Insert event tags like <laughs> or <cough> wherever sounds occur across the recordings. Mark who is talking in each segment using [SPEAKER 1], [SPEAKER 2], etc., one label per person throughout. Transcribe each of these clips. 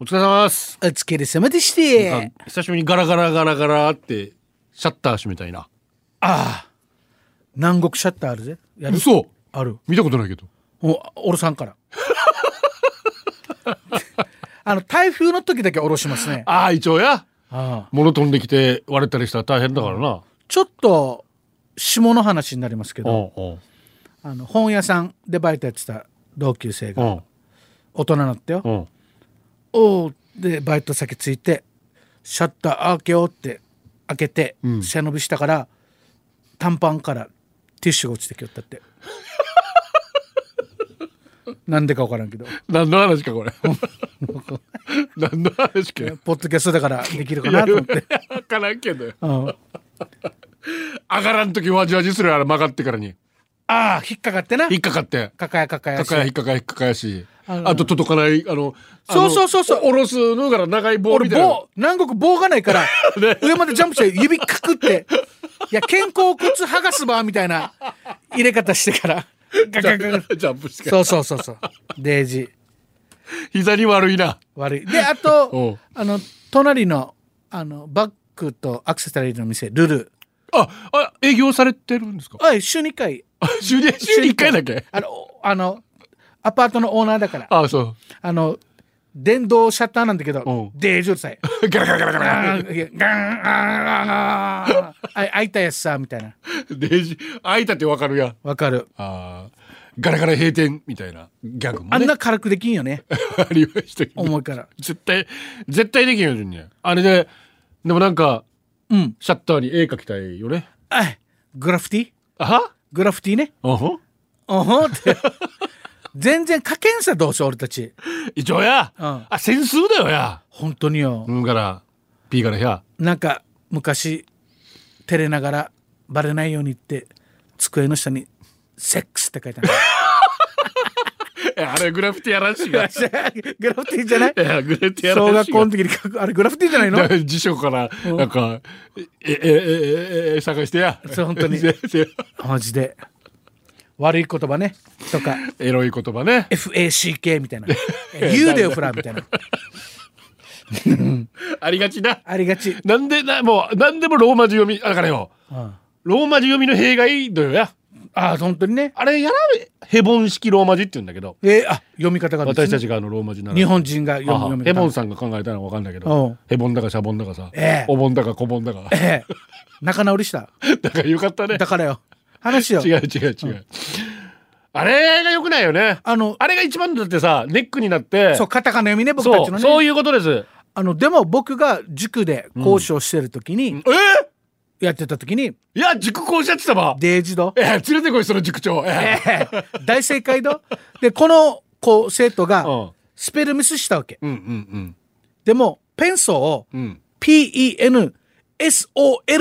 [SPEAKER 1] お疲れ様です。
[SPEAKER 2] お疲れ様でし
[SPEAKER 1] あ
[SPEAKER 2] て。
[SPEAKER 1] 久しぶりにガラガラガラガラってシャッター閉めたいな。
[SPEAKER 2] ああ。南国シャッターあるぜ。やる
[SPEAKER 1] 嘘
[SPEAKER 2] ある。
[SPEAKER 1] 見たことないけど。
[SPEAKER 2] お、おろさんから。 <laughs> あの、台風の時だけおろしますね。
[SPEAKER 1] ああ、一応や。
[SPEAKER 2] ああ
[SPEAKER 1] 物飛んできて割れたりしたら大変だからな。
[SPEAKER 2] ちょっと、下の話になりますけ
[SPEAKER 1] う
[SPEAKER 2] ど、
[SPEAKER 1] んうん
[SPEAKER 2] あの、本屋さんでバイトやってた同級生
[SPEAKER 1] う
[SPEAKER 2] が、
[SPEAKER 1] ん
[SPEAKER 2] 大人になったよ。
[SPEAKER 1] うん。
[SPEAKER 2] おうで、バイト先着いて、シャッター開けようって、開けて、
[SPEAKER 1] うん
[SPEAKER 2] 背伸びしたから、短パンからティッシュが落ちてきよったって。 <laughs> なんでかわからんけど。
[SPEAKER 1] 何の話かこれ。 <laughs> 何の話か。い
[SPEAKER 2] ポッドキャストだからできるか
[SPEAKER 1] や
[SPEAKER 2] なと思っ
[SPEAKER 1] 分
[SPEAKER 2] て。
[SPEAKER 1] からんけど。
[SPEAKER 2] うん、あ
[SPEAKER 1] 上がらん時わじわじするあれ曲がってからに。
[SPEAKER 2] あ、引っかかってな。
[SPEAKER 1] 引っかかって。
[SPEAKER 2] かかやかかや
[SPEAKER 1] か
[SPEAKER 2] し。
[SPEAKER 1] かや引っかかや引っかかやし。
[SPEAKER 2] あの
[SPEAKER 1] あと届かない、あの、あ
[SPEAKER 2] そ
[SPEAKER 1] の
[SPEAKER 2] うそうそうそう
[SPEAKER 1] おろすのから長い棒
[SPEAKER 2] 俺
[SPEAKER 1] みたいな
[SPEAKER 2] 棒。、南国棒がな
[SPEAKER 1] <laughs>
[SPEAKER 2] いから、上までジャンプして指かくって、いや、肩甲骨剥がすばみたいな入れ方してから、ガ
[SPEAKER 1] <laughs>
[SPEAKER 2] ガガガ。
[SPEAKER 1] ジャンプしてから
[SPEAKER 2] そうそうそうそう。デイジー。
[SPEAKER 1] 膝に悪いな。
[SPEAKER 2] 悪い。で、あ
[SPEAKER 1] お
[SPEAKER 2] と
[SPEAKER 1] <laughs> う、
[SPEAKER 2] あの、隣の、あの、バッグとアクセサリーの店、ルル。
[SPEAKER 1] あ、あ、営業されてるんですか。
[SPEAKER 2] おい、週2回。
[SPEAKER 1] <laughs> 週に、週に一回だけ。
[SPEAKER 2] あの、おあの、アパートのオーナーだから。
[SPEAKER 1] あ、そ
[SPEAKER 2] あの、電動シャッターなんだけど
[SPEAKER 1] う、ん
[SPEAKER 2] デージョルさえ。
[SPEAKER 1] う。 <laughs> ガラガラガラガ
[SPEAKER 2] ガ
[SPEAKER 1] ラ。
[SPEAKER 2] ーン、いやガーン、あーあーあーあい開いたやつさ、みたいな。
[SPEAKER 1] レジ、開いたってわかるやん。
[SPEAKER 2] わかる。
[SPEAKER 1] あーガラガラ閉店みたいなギャグも
[SPEAKER 2] あん
[SPEAKER 1] ね。
[SPEAKER 2] な軽くできんよね。
[SPEAKER 1] <laughs> ありましたけど。
[SPEAKER 2] 重いから。
[SPEAKER 1] 絶対、絶対できんよ、ジュニアあれで、でもなんか、
[SPEAKER 2] うん。
[SPEAKER 1] シャッターに絵描きたいよね。
[SPEAKER 2] あいグラフィティ
[SPEAKER 1] あは
[SPEAKER 2] グラフィティね。
[SPEAKER 1] おほ
[SPEAKER 2] お
[SPEAKER 1] <laughs>
[SPEAKER 2] ほって。全然書けんさ、どうせ俺たち。
[SPEAKER 1] 一応や。
[SPEAKER 2] うん
[SPEAKER 1] あ、センスだよや。
[SPEAKER 2] 本当によ。
[SPEAKER 1] うんから、ピーからや。
[SPEAKER 2] なんか昔照れながらバレないようにって机の下に「セックス」って書いてある
[SPEAKER 1] え <laughs> あれグラフィティやらし <laughs> いが。い
[SPEAKER 2] グラフィティじゃない
[SPEAKER 1] やグラフィティやらしいが
[SPEAKER 2] 小学校の時に書くあれグラフィティじゃないの
[SPEAKER 1] だから辞書からなんか、えええええ探してや
[SPEAKER 2] そう本当
[SPEAKER 1] <laughs>
[SPEAKER 2] に
[SPEAKER 1] せせ
[SPEAKER 2] マジで悪い言葉ね
[SPEAKER 1] <laughs>
[SPEAKER 2] とか
[SPEAKER 1] エロい言葉ね
[SPEAKER 2] FACK
[SPEAKER 1] <laughs>
[SPEAKER 2] みたいな「言うでよフラ」みたいな
[SPEAKER 1] ありがちだ
[SPEAKER 2] ありがち、
[SPEAKER 1] なんでなもうなんでもローマ字読みだからよ
[SPEAKER 2] うんあ
[SPEAKER 1] ローマ字読みの弊害だよや
[SPEAKER 2] あ本当にね
[SPEAKER 1] あれやらヘボン式ローマ字って言うんだけど
[SPEAKER 2] えーあ読み方があるんですね
[SPEAKER 1] 私たちがあのローマ字なら
[SPEAKER 2] 日本人が読む
[SPEAKER 1] あ
[SPEAKER 2] 読み
[SPEAKER 1] ヘボン
[SPEAKER 2] 方
[SPEAKER 1] さんが考えたのは分かんないけ
[SPEAKER 2] う
[SPEAKER 1] ど
[SPEAKER 2] ん
[SPEAKER 1] ヘボンだかシャボンだかさ、
[SPEAKER 2] ええ
[SPEAKER 1] お盆だか小盆だか
[SPEAKER 2] ええ仲直りした
[SPEAKER 1] <laughs> だからよかったね
[SPEAKER 2] だからよ話よ
[SPEAKER 1] 違う違う違う、あれがよくないよね
[SPEAKER 2] あの
[SPEAKER 1] あれが一番だってさネックになって
[SPEAKER 2] そうカタカナ読みね僕た
[SPEAKER 1] そ
[SPEAKER 2] ちの
[SPEAKER 1] う
[SPEAKER 2] ね
[SPEAKER 1] そういうことです
[SPEAKER 2] あのでも僕が塾で講師をしてる時に、
[SPEAKER 1] えー
[SPEAKER 2] やってた時に
[SPEAKER 1] いや、塾講師やってたば。
[SPEAKER 2] デイジド <laughs>
[SPEAKER 1] ええ、連れてこい、その塾長。ええ。
[SPEAKER 2] 大正解ドでこの子生徒
[SPEAKER 1] う
[SPEAKER 2] が
[SPEAKER 1] ん。
[SPEAKER 2] スペルミスしたわけ
[SPEAKER 1] うんうん
[SPEAKER 2] でもペンソーを
[SPEAKER 1] うん。うん。
[SPEAKER 2] PENSOL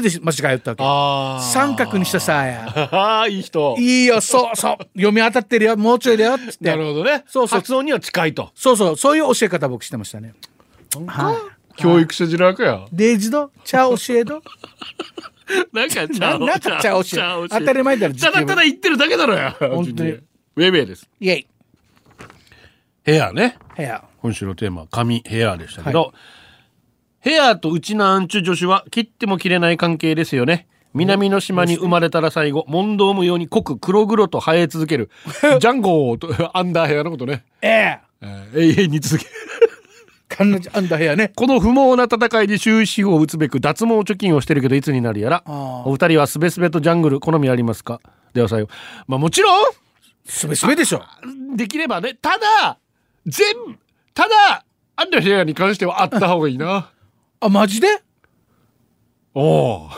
[SPEAKER 2] で間違えたわけ
[SPEAKER 1] あー
[SPEAKER 2] 三角にした。さや
[SPEAKER 1] ああ、いい人。
[SPEAKER 2] いいよそうそう読み当たってるよもうちょいだよっつって
[SPEAKER 1] なるほどね。
[SPEAKER 2] そうそう
[SPEAKER 1] 発音には近いと。
[SPEAKER 2] そうそうそういう教え方僕してましたねはい
[SPEAKER 1] 教育者じらくや。
[SPEAKER 2] デイジドチャオシエド
[SPEAKER 1] なんか、ち
[SPEAKER 2] ななんかチャオシエド当たり前だろ
[SPEAKER 1] ただただ言ってるだけだろや。
[SPEAKER 2] 本当に
[SPEAKER 1] ジュニアウェイウェイです。
[SPEAKER 2] イェイ
[SPEAKER 1] ヘアね。
[SPEAKER 2] ヘア
[SPEAKER 1] 今週のテーマは髪ヘアでしたけど、ヘアとうちのアンチュ女子は切っても切れない関係ですよね南の島に生まれたら最後問答無用に濃く黒々と生え続
[SPEAKER 2] <laughs>
[SPEAKER 1] けるジャンゴーとアンダーヘアのことね、
[SPEAKER 2] ええ
[SPEAKER 1] えー永遠に続ける
[SPEAKER 2] 彼女アンダーヘアね
[SPEAKER 1] この不毛な戦いで終止符を打つべく脱毛貯金をしてるけどいつになるやら
[SPEAKER 2] あー
[SPEAKER 1] お二人はスベスベとジャングル好みありますかでは最後まあもちろん
[SPEAKER 2] すべすべでしょ
[SPEAKER 1] できればねただ全部ただアンダーヘアに関してはあった方がいいな
[SPEAKER 2] あマジで
[SPEAKER 1] おお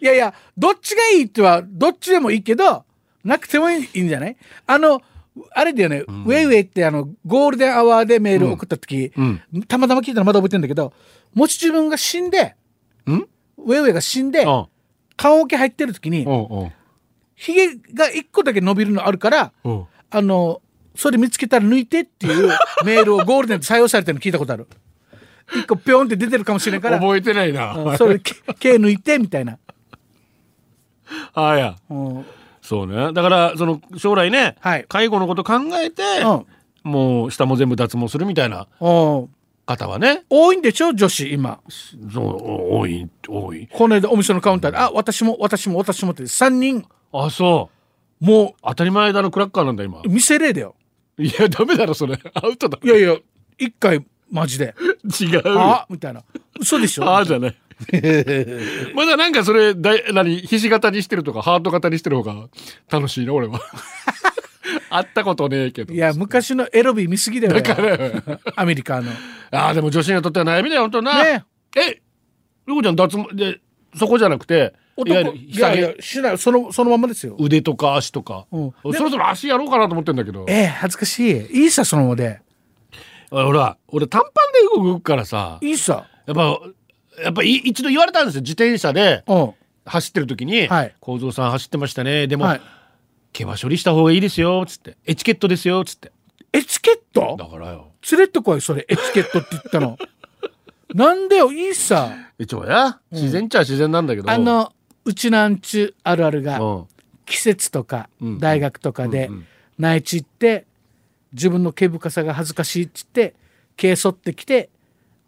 [SPEAKER 2] いやいやどっちがいいってはどっちでもいいけどなくてもいいんじゃないあのあれだよね、ウェイウェイってあのゴールデンアワーでメール送った時、
[SPEAKER 1] うん
[SPEAKER 2] たまたま聞いたのまだ覚えてるんだけどもし自分が死んで
[SPEAKER 1] ん
[SPEAKER 2] ウェイウェイが死んで
[SPEAKER 1] うん
[SPEAKER 2] 棺桶入ってる時に
[SPEAKER 1] うんうん
[SPEAKER 2] ひげが1個だけ伸びるのあるから
[SPEAKER 1] うん
[SPEAKER 2] あのそれ見つけたら抜いてっていうメールをゴールデンで採用されてるの聞いたことある1個ピョンって出てるかもしれないから
[SPEAKER 1] 覚えてない
[SPEAKER 2] うん
[SPEAKER 1] な。
[SPEAKER 2] それ毛毛抜いてみたいな、
[SPEAKER 1] ああや。
[SPEAKER 2] うん
[SPEAKER 1] そうね。だからその将来ね、
[SPEAKER 2] はい
[SPEAKER 1] 介護のこと考えて、
[SPEAKER 2] うん
[SPEAKER 1] もう下も全部脱毛するみたいな
[SPEAKER 2] おー
[SPEAKER 1] 方はね
[SPEAKER 2] 多いんでしょ女子今
[SPEAKER 1] そう多い多い
[SPEAKER 2] この間お店のカウンターで「あ私も私も私も」って3人
[SPEAKER 1] あそう
[SPEAKER 2] も
[SPEAKER 1] 当たり前だのクラッカーなんだ今
[SPEAKER 2] う見せれだよ
[SPEAKER 1] いやダメだろそれアウトだ
[SPEAKER 2] いやいや一回マジ
[SPEAKER 1] <laughs>
[SPEAKER 2] で
[SPEAKER 1] 違う
[SPEAKER 2] 「あみたいな「嘘でしょ?」
[SPEAKER 1] あーじゃ
[SPEAKER 2] <laughs>
[SPEAKER 1] ないまだなんかそれだい何ひし形にしてるとかハート型にしてる方が楽しいな俺
[SPEAKER 2] <laughs>
[SPEAKER 1] は会ったことねえけど
[SPEAKER 2] いや昔のエロビー見すぎだよ
[SPEAKER 1] だから
[SPEAKER 2] アメリ
[SPEAKER 1] <laughs>
[SPEAKER 2] カの
[SPEAKER 1] あーでも女子にとっては悩みだよ本当な、
[SPEAKER 2] ね
[SPEAKER 1] えりょうちゃん脱毛でそこじゃなくていわゆ
[SPEAKER 2] 男
[SPEAKER 1] る
[SPEAKER 2] い
[SPEAKER 1] 下
[SPEAKER 2] や
[SPEAKER 1] げ
[SPEAKER 2] いやしないそのそのままですよ
[SPEAKER 1] 腕とか足とか、
[SPEAKER 2] うん
[SPEAKER 1] そろそろ足やろうかなと思ってんだけど
[SPEAKER 2] ええ恥ずかしいいいさそのままで
[SPEAKER 1] 俺は俺短パンで動くからさ
[SPEAKER 2] いいさ
[SPEAKER 1] やっぱやっぱい一度言われたんですよ自転車で
[SPEAKER 2] うん
[SPEAKER 1] 走ってる時に
[SPEAKER 2] はい
[SPEAKER 1] 「幸三さん走ってましたねでも、
[SPEAKER 2] はい
[SPEAKER 1] 毛羽処理した方がいいですよ」つって「エチケットですよ」つって
[SPEAKER 2] エチケット
[SPEAKER 1] だからよ
[SPEAKER 2] 連れてこいそれエチケットって言っ
[SPEAKER 1] <laughs>
[SPEAKER 2] たのなんでよいいさ
[SPEAKER 1] 一応や自然っちゃ自然なんだけど、
[SPEAKER 2] あのうちなんちゅあるあるが
[SPEAKER 1] う
[SPEAKER 2] 季節とか
[SPEAKER 1] うん
[SPEAKER 2] 大学とかで
[SPEAKER 1] うんうん
[SPEAKER 2] 内地行って自分の毛深さが恥ずかしいっつって毛剃ってきて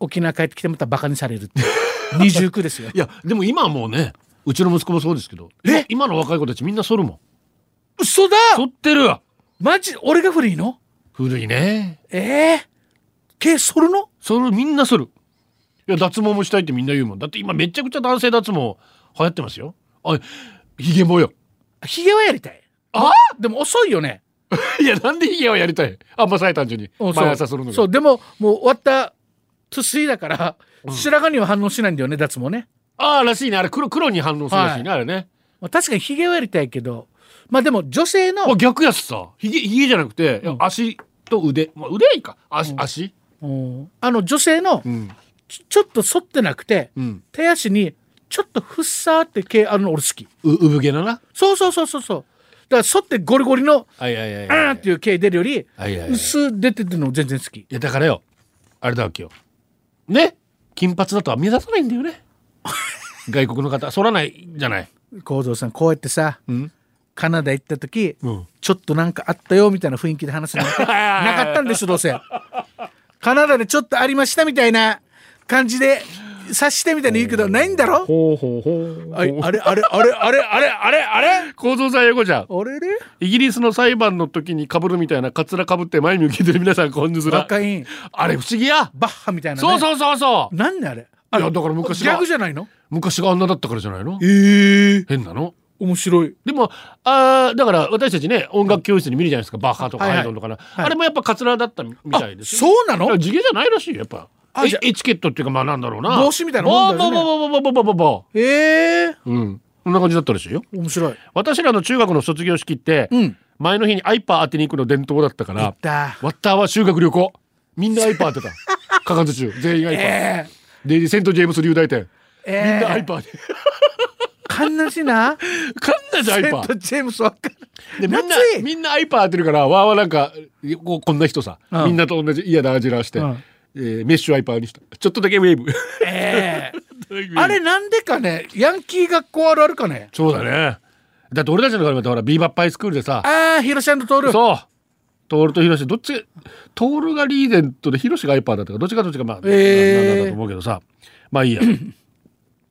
[SPEAKER 2] 沖縄帰ってきてまたバカにされるっていう
[SPEAKER 1] <laughs>
[SPEAKER 2] 二重苦ですよ
[SPEAKER 1] ん、いやでも今はもうねうちの息子もそうですけど
[SPEAKER 2] え
[SPEAKER 1] 今の若い子たちみんな剃るもん
[SPEAKER 2] 嘘だ
[SPEAKER 1] 剃ってるわ
[SPEAKER 2] マジ俺が古いの
[SPEAKER 1] 古いね
[SPEAKER 2] ええ毛剃るの
[SPEAKER 1] それみんなするいや脱毛もしたいってみんな言うもんだって今めちゃくちゃ男性脱毛流行ってますよあヒゲもよ <laughs>
[SPEAKER 2] ヒゲはやりたい
[SPEAKER 1] あ
[SPEAKER 2] でも遅いよね
[SPEAKER 1] いやなんでヒゲはやりたいあんまさえ単純に
[SPEAKER 2] うん
[SPEAKER 1] 毎朝するのが
[SPEAKER 2] そうでももう終わったトゥスイだから白髪には反応しないんだよね脱毛ね、
[SPEAKER 1] ああらしいねあれ黒黒に反応するらしいね、あれね
[SPEAKER 2] まあ、確かにヒゲはやりたいけどまあでも女性の
[SPEAKER 1] あ逆やしさヒゲヒゲじゃなくて、いや足と腕、まあ、腕はいいか足、足
[SPEAKER 2] うんあの女性の
[SPEAKER 1] うん
[SPEAKER 2] ちちょっと反ってなくて、
[SPEAKER 1] うん
[SPEAKER 2] 手足にちょっとふっさーって毛あるの俺好き
[SPEAKER 1] う産毛だな
[SPEAKER 2] そうそうそうそうそうだから反ってゴリゴリの
[SPEAKER 1] はいはいはい
[SPEAKER 2] あーっていう毛出るより
[SPEAKER 1] はいはいはい
[SPEAKER 2] 薄出てるの全然好き
[SPEAKER 1] いやだからよあれだわけよね金髪だとは目指さないんだよ <laughs> ね外国の方剃らないじゃない
[SPEAKER 2] 幸三さんこうやってさ、
[SPEAKER 1] ん
[SPEAKER 2] カナダ行った時、
[SPEAKER 1] うん
[SPEAKER 2] ちょっとなんかあったよみたいな雰囲気で話
[SPEAKER 1] <laughs>
[SPEAKER 2] すのなかったんでしょどうせカナダでちょっとありましたみたいな感じで察してみたいな言うけどないんだろ
[SPEAKER 1] ほうほうほう
[SPEAKER 2] あいあれあれあれあれあれあれあれ
[SPEAKER 1] 構造さん英語じゃん
[SPEAKER 2] あれれ
[SPEAKER 1] イギリスの裁判の時にかぶるみたいなカツラかぶって前に向けてる皆さんこんにちは
[SPEAKER 2] 若い
[SPEAKER 1] あれ不思議や
[SPEAKER 2] バッハみたいな、ね、
[SPEAKER 1] そうそうそうそう
[SPEAKER 2] なんであれ
[SPEAKER 1] い
[SPEAKER 2] あ
[SPEAKER 1] やだから昔
[SPEAKER 2] ギ
[SPEAKER 1] が
[SPEAKER 2] ャグじゃないの
[SPEAKER 1] 昔があんなだったからじゃないの
[SPEAKER 2] ええ
[SPEAKER 1] 変なの
[SPEAKER 2] 面白い
[SPEAKER 1] でもあーだから私たちね音楽教室に見るじゃないですかバッハとか
[SPEAKER 2] はいは
[SPEAKER 1] ハイ
[SPEAKER 2] い
[SPEAKER 1] ドンとかな、
[SPEAKER 2] い
[SPEAKER 1] あれもやっぱカツラだったみみたいですよ
[SPEAKER 2] そうなの
[SPEAKER 1] 地毛じゃないらしいよやっぱ
[SPEAKER 2] あ
[SPEAKER 1] え
[SPEAKER 2] じゃあ
[SPEAKER 1] エチケットっていうかまあなんだろうな
[SPEAKER 2] 帽子みたいなもんだよね
[SPEAKER 1] ボーボーボーボーボーボーボ
[SPEAKER 2] ええ
[SPEAKER 1] ーうんこんな感じだったらしいよ
[SPEAKER 2] 面白い
[SPEAKER 1] 私らの中学の卒業式って、
[SPEAKER 2] うん
[SPEAKER 1] 前の日にアイパー当てに行くの伝統だったか
[SPEAKER 2] や
[SPEAKER 1] ら
[SPEAKER 2] った
[SPEAKER 1] ワッターは修学旅行みんなアイパー当て
[SPEAKER 2] <laughs>
[SPEAKER 1] たかかず中全員アイパー、
[SPEAKER 2] え
[SPEAKER 1] でセントジェームス流大店
[SPEAKER 2] えええ
[SPEAKER 1] みんなアイパーで
[SPEAKER 2] 悲しい
[SPEAKER 1] か
[SPEAKER 2] な
[SPEAKER 1] んなじゃアイ
[SPEAKER 2] セ
[SPEAKER 1] パ
[SPEAKER 2] ント
[SPEAKER 1] ー
[SPEAKER 2] ジェームスわか
[SPEAKER 1] でみ
[SPEAKER 2] る
[SPEAKER 1] んな
[SPEAKER 2] 夏い
[SPEAKER 1] みんなアイパー当てるからわーわーなんかこうこんな人さ、
[SPEAKER 2] うん
[SPEAKER 1] みんなと同じ嫌な味らして、
[SPEAKER 2] うん
[SPEAKER 1] えーメッシュアイパーにしたちょっとだけウェーブ
[SPEAKER 2] ええ <laughs> あれなんでかねヤンキー学校あるあるかね
[SPEAKER 1] そうだねだって俺たちの頃またほらビーバッパイスクールでさ
[SPEAKER 2] ああヒロシャンとトール
[SPEAKER 1] そうトールとヒロシどっちがトールがリーゼントでヒロシがアイパーだったからどっちがどっちかまあ、
[SPEAKER 2] えー
[SPEAKER 1] なんだと思うけどさまあ
[SPEAKER 2] <laughs>
[SPEAKER 1] いいや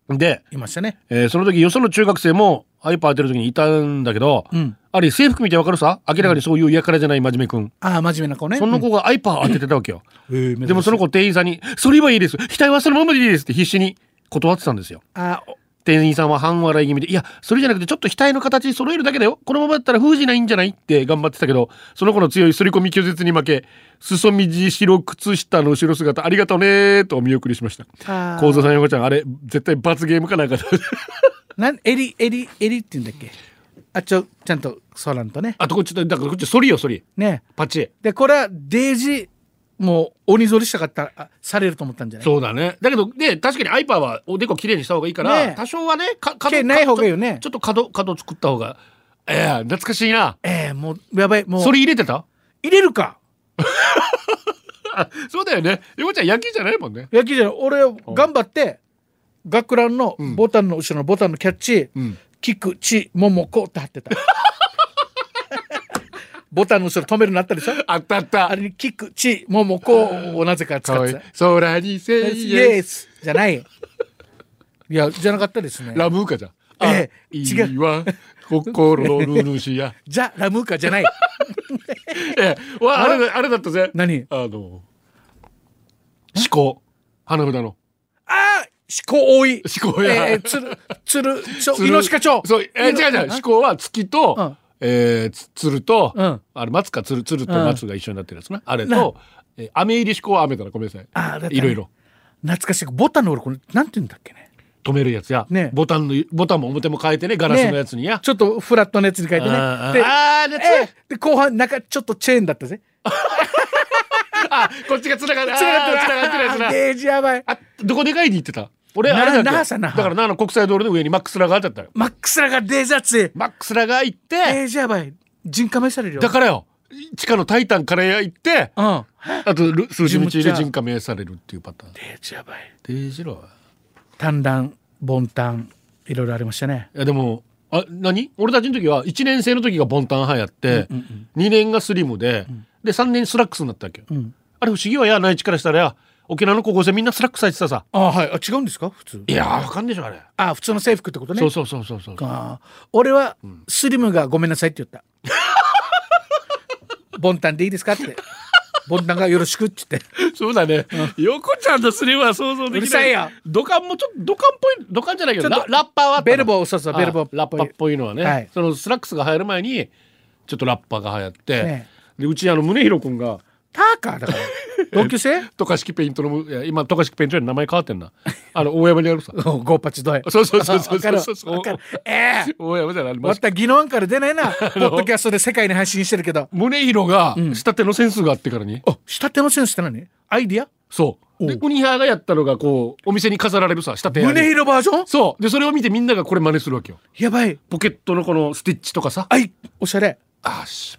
[SPEAKER 1] で、
[SPEAKER 2] いましたね
[SPEAKER 1] えーその時よその中学生もアイパー当てる時にいたんだけど、
[SPEAKER 2] うん
[SPEAKER 1] あれ制服見てわかるさ明らかにそういうやからじゃない真面目くん
[SPEAKER 2] ああ真面目な子ね
[SPEAKER 1] その子がアイパー当ててたわ
[SPEAKER 2] <laughs>
[SPEAKER 1] けよ、
[SPEAKER 2] うんええ
[SPEAKER 1] でもその子店員さんに「それはいいです額はそのままでいいです」って必死に断ってたんですよ
[SPEAKER 2] あー
[SPEAKER 1] 店員さんは半笑い気味で「いやそれじゃなくてちょっと額の形揃えるだけだよこのままだったら封じないんじゃない?」って頑張ってたけどその子の強い刷り込み拒絶に負け裾短白靴下の後ろ姿ありがとうねーとお見送りしました
[SPEAKER 2] あー
[SPEAKER 1] 幸三さん横ちゃんあれ絶対罰ゲームかなんかだ <laughs>
[SPEAKER 2] なんエリエリエリって言うんだっけあちょちゃんとソランとね
[SPEAKER 1] あとこっちだからこっち反りよ反り
[SPEAKER 2] ね
[SPEAKER 1] パチッ
[SPEAKER 2] でこれはデージもう鬼ぞりしたかったあされると思ったんじゃない
[SPEAKER 1] そうだねだけどね確かにアイパーはおでこきれいにした方がいいから、
[SPEAKER 2] ねえ
[SPEAKER 1] 多少はねか角
[SPEAKER 2] 毛ない方がいいよね
[SPEAKER 1] ちょっと角角作った方がええ懐かしいな
[SPEAKER 2] ええもうやばいもう
[SPEAKER 1] それ入れてた <laughs>
[SPEAKER 2] 入れるか
[SPEAKER 1] あそうだよね横ちゃん野球じゃないもんね
[SPEAKER 2] 野球じゃない俺頑張って学ランのボタンの後ろのボタンのキャッチ、
[SPEAKER 1] ん <laughs>
[SPEAKER 2] キックチももこうって貼ってたボタンの後ろ止めるなったでしょ
[SPEAKER 1] あったあった
[SPEAKER 2] あれにキック、チ、ももこをなぜか使
[SPEAKER 1] か
[SPEAKER 2] っ
[SPEAKER 1] わい
[SPEAKER 2] て
[SPEAKER 1] い
[SPEAKER 2] た。
[SPEAKER 1] 空にせい
[SPEAKER 2] イエスじゃないよ。いや、じゃなかったですね。
[SPEAKER 1] ラブーカじゃん。
[SPEAKER 2] ええ
[SPEAKER 1] 愛
[SPEAKER 2] 違う
[SPEAKER 1] いわ心の主
[SPEAKER 2] <laughs>
[SPEAKER 1] や。
[SPEAKER 2] じゃ、ラムーカ
[SPEAKER 1] <laughs>
[SPEAKER 2] じゃない。
[SPEAKER 1] ええ、わあれだあれだったぜ。
[SPEAKER 2] 何
[SPEAKER 1] あの思考花札の
[SPEAKER 2] ああ思考多い。
[SPEAKER 1] 思考や
[SPEAKER 2] えー、つる、つる、ちょ、
[SPEAKER 1] 鶴
[SPEAKER 2] イノシカチョウ。
[SPEAKER 1] そうえー違う違う思考は月と、
[SPEAKER 2] うん
[SPEAKER 1] えーつ鶴と、
[SPEAKER 2] うん
[SPEAKER 1] あれ松か鶴鶴と松が一緒になってるやつな、あれと、えー雨入り思考は雨だなごめんなさい
[SPEAKER 2] あーだったね
[SPEAKER 1] いろいろ
[SPEAKER 2] 懐かしい。ボタンの俺、これ、なんて言うんだっけね。
[SPEAKER 1] 止めるやつや、
[SPEAKER 2] ね
[SPEAKER 1] ボタンのボタンも表も変えてねガラスのやつにや、
[SPEAKER 2] ちょっとフラットのやつに書いてね。で、
[SPEAKER 1] あーあー熱い
[SPEAKER 2] えーで、後半、なんかちょっとチェーンだったぜ。
[SPEAKER 1] あこっちがつながってつ
[SPEAKER 2] つ
[SPEAKER 1] ながってるつ
[SPEAKER 2] る
[SPEAKER 1] ながってるやつな
[SPEAKER 2] ゲージやばい。
[SPEAKER 1] あどこでかいに行ってた俺
[SPEAKER 2] な
[SPEAKER 1] あれだって
[SPEAKER 2] 那覇さ那覇
[SPEAKER 1] だから那覇の国際道路の上にマックスラがあっちゃったよ
[SPEAKER 2] マックスラがデージ熱い。
[SPEAKER 1] マックスラが行って、
[SPEAKER 2] ゲージやばい。人化名されるよ。
[SPEAKER 1] だからよ地下のタイタンから屋行って
[SPEAKER 2] ら、うん。
[SPEAKER 1] あとル数字道
[SPEAKER 2] ジムチ
[SPEAKER 1] で
[SPEAKER 2] ャー
[SPEAKER 1] 人化命されるっていうパターン
[SPEAKER 2] ゲージやばい。
[SPEAKER 1] 定時ろ
[SPEAKER 2] 短段、ボンタン、いろいろありましたね。
[SPEAKER 1] いやでもあ何俺たちの時は1年生の時がボンタン派やって、2年がスリムで、で3年スラックスになったわけよ、あれ不思議はや内地からしたらや沖縄の高校生みんなスラックス履いてたさ
[SPEAKER 2] ああ、はい。あ、違うんですか普通。
[SPEAKER 1] いやーわかんでしょあれ、
[SPEAKER 2] ああ、普通の制服ってことね。
[SPEAKER 1] そうそうそうそうそう
[SPEAKER 2] あー俺はスリムがごめんなさいって言った。ボンタンでいいですかって。ボンタンがよろしくって言って。
[SPEAKER 1] そうだね、横ちゃんとスリムは想像できないう
[SPEAKER 2] るさいよ
[SPEAKER 1] ドカンもちょっとドカンっぽいドカンじゃないけど
[SPEAKER 2] ちょっ
[SPEAKER 1] ラ
[SPEAKER 2] と
[SPEAKER 1] ラッパー <laughs> はあったな
[SPEAKER 2] ベルボーそうそうベルボーっぽい
[SPEAKER 1] あラッパーっぽいのはね、
[SPEAKER 2] はい
[SPEAKER 1] そのスラックスが流行る前にちょっとラッパーが流行って、
[SPEAKER 2] ね
[SPEAKER 1] でうちあの宗弘君が
[SPEAKER 2] ターカーだ <laughs> から。同級生
[SPEAKER 1] 渡嘉敷ペイントのいや今渡嘉敷ペイントの名前変わってんなあの大山にあるさ
[SPEAKER 2] おゴーパチドエ。
[SPEAKER 1] そうそうそうそう
[SPEAKER 2] わかる
[SPEAKER 1] そうそう
[SPEAKER 2] わかる。ええ
[SPEAKER 1] <laughs> 大山じゃないありま
[SPEAKER 2] ま
[SPEAKER 1] す
[SPEAKER 2] た技能案から出ない <laughs> な。ポッドキャストで世界に配信してるけど。
[SPEAKER 1] 宗弘が下手のセンスがあってからに、
[SPEAKER 2] あ、下手のセンスって何アイディア
[SPEAKER 1] そうでウニハがやったのがこうお店に飾られるさ下手屋に
[SPEAKER 2] 胸広バージョン
[SPEAKER 1] そうでそれを見てみんながこれ真似するわけよ
[SPEAKER 2] やばい。
[SPEAKER 1] ポケットのこのスティッチとかさ
[SPEAKER 2] アイ、おしゃれ。
[SPEAKER 1] あーし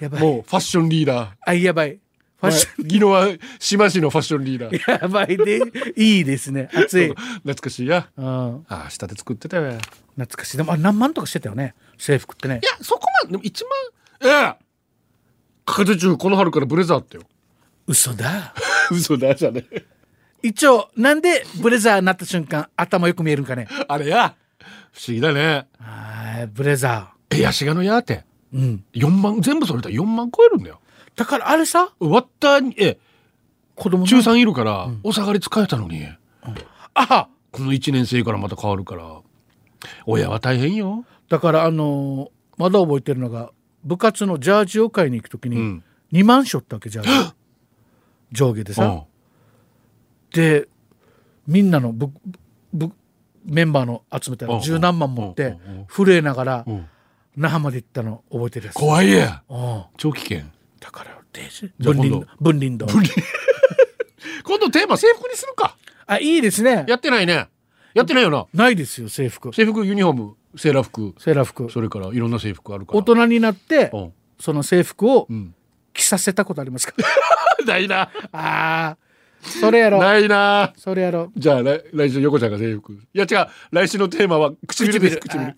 [SPEAKER 2] やばい。
[SPEAKER 1] もうファッションリーダー
[SPEAKER 2] アイやばい。ファッシ
[SPEAKER 1] はいギノは島市のファッションリーダー
[SPEAKER 2] ョン。やばいで。いいですね。熱い。
[SPEAKER 1] 懐かしいや
[SPEAKER 2] うん。
[SPEAKER 1] あー下手作ってたよいや
[SPEAKER 2] 懐かしいでもあれ何万とかしてたよね制服ってね
[SPEAKER 1] そこまででも1万ええかか中この春からブレザーあったよ
[SPEAKER 2] 嘘だ
[SPEAKER 1] 嘘だじゃね
[SPEAKER 2] 一応なんでブレザーになった瞬間頭よく見えるんかね
[SPEAKER 1] あれや不思議だね
[SPEAKER 2] あーブレザ
[SPEAKER 1] えヤシガのやって
[SPEAKER 2] ーうん
[SPEAKER 1] 4万全部それだ4万超えるんだよ
[SPEAKER 2] だからあれさ
[SPEAKER 1] 割ったにえ
[SPEAKER 2] 子供の
[SPEAKER 1] 中3いるから、お下がり使えたのに
[SPEAKER 2] あ
[SPEAKER 1] この1年生からまた変わるから親は大変よ
[SPEAKER 2] だからあのーまだ覚えてるのが部活のジャージを買いに行くとき
[SPEAKER 1] う
[SPEAKER 2] に
[SPEAKER 1] ん
[SPEAKER 2] 2万しょったわけジャ
[SPEAKER 1] <gasps>
[SPEAKER 2] ージ上下で
[SPEAKER 1] う
[SPEAKER 2] さでみんなのぶぶメンバーの集めた
[SPEAKER 1] う
[SPEAKER 2] ら
[SPEAKER 1] ん
[SPEAKER 2] 十何万持って
[SPEAKER 1] うん
[SPEAKER 2] 震えながら
[SPEAKER 1] んうん
[SPEAKER 2] 那覇まで行ったの覚えてるやつ
[SPEAKER 1] 怖いや
[SPEAKER 2] うん
[SPEAKER 1] 長期券
[SPEAKER 2] だからで
[SPEAKER 1] じゃあ
[SPEAKER 2] 分林分林道
[SPEAKER 1] 今度テーマ制服にするか
[SPEAKER 2] あいいですね
[SPEAKER 1] やってないねやってないよな
[SPEAKER 2] ないですよ制服
[SPEAKER 1] 制服ユニフォームセーラー服
[SPEAKER 2] セーラー服
[SPEAKER 1] それからいろんな制服あるから
[SPEAKER 2] 大人になって
[SPEAKER 1] うん <laughs>
[SPEAKER 2] その制服を
[SPEAKER 1] うん
[SPEAKER 2] 着させたことありますか
[SPEAKER 1] ないな
[SPEAKER 2] <laughs> あーそれやろ
[SPEAKER 1] ないな
[SPEAKER 2] それやろ
[SPEAKER 1] じゃあ来来週横ちゃんが制服いや違う来週のテーマは唇です唇
[SPEAKER 2] あ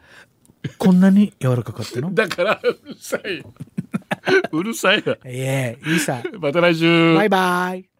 [SPEAKER 2] ー <laughs> こんなに柔らかか <laughs> ったの
[SPEAKER 1] だからうるさいうるさいない
[SPEAKER 2] えいいさ
[SPEAKER 1] また来週
[SPEAKER 2] バイバイ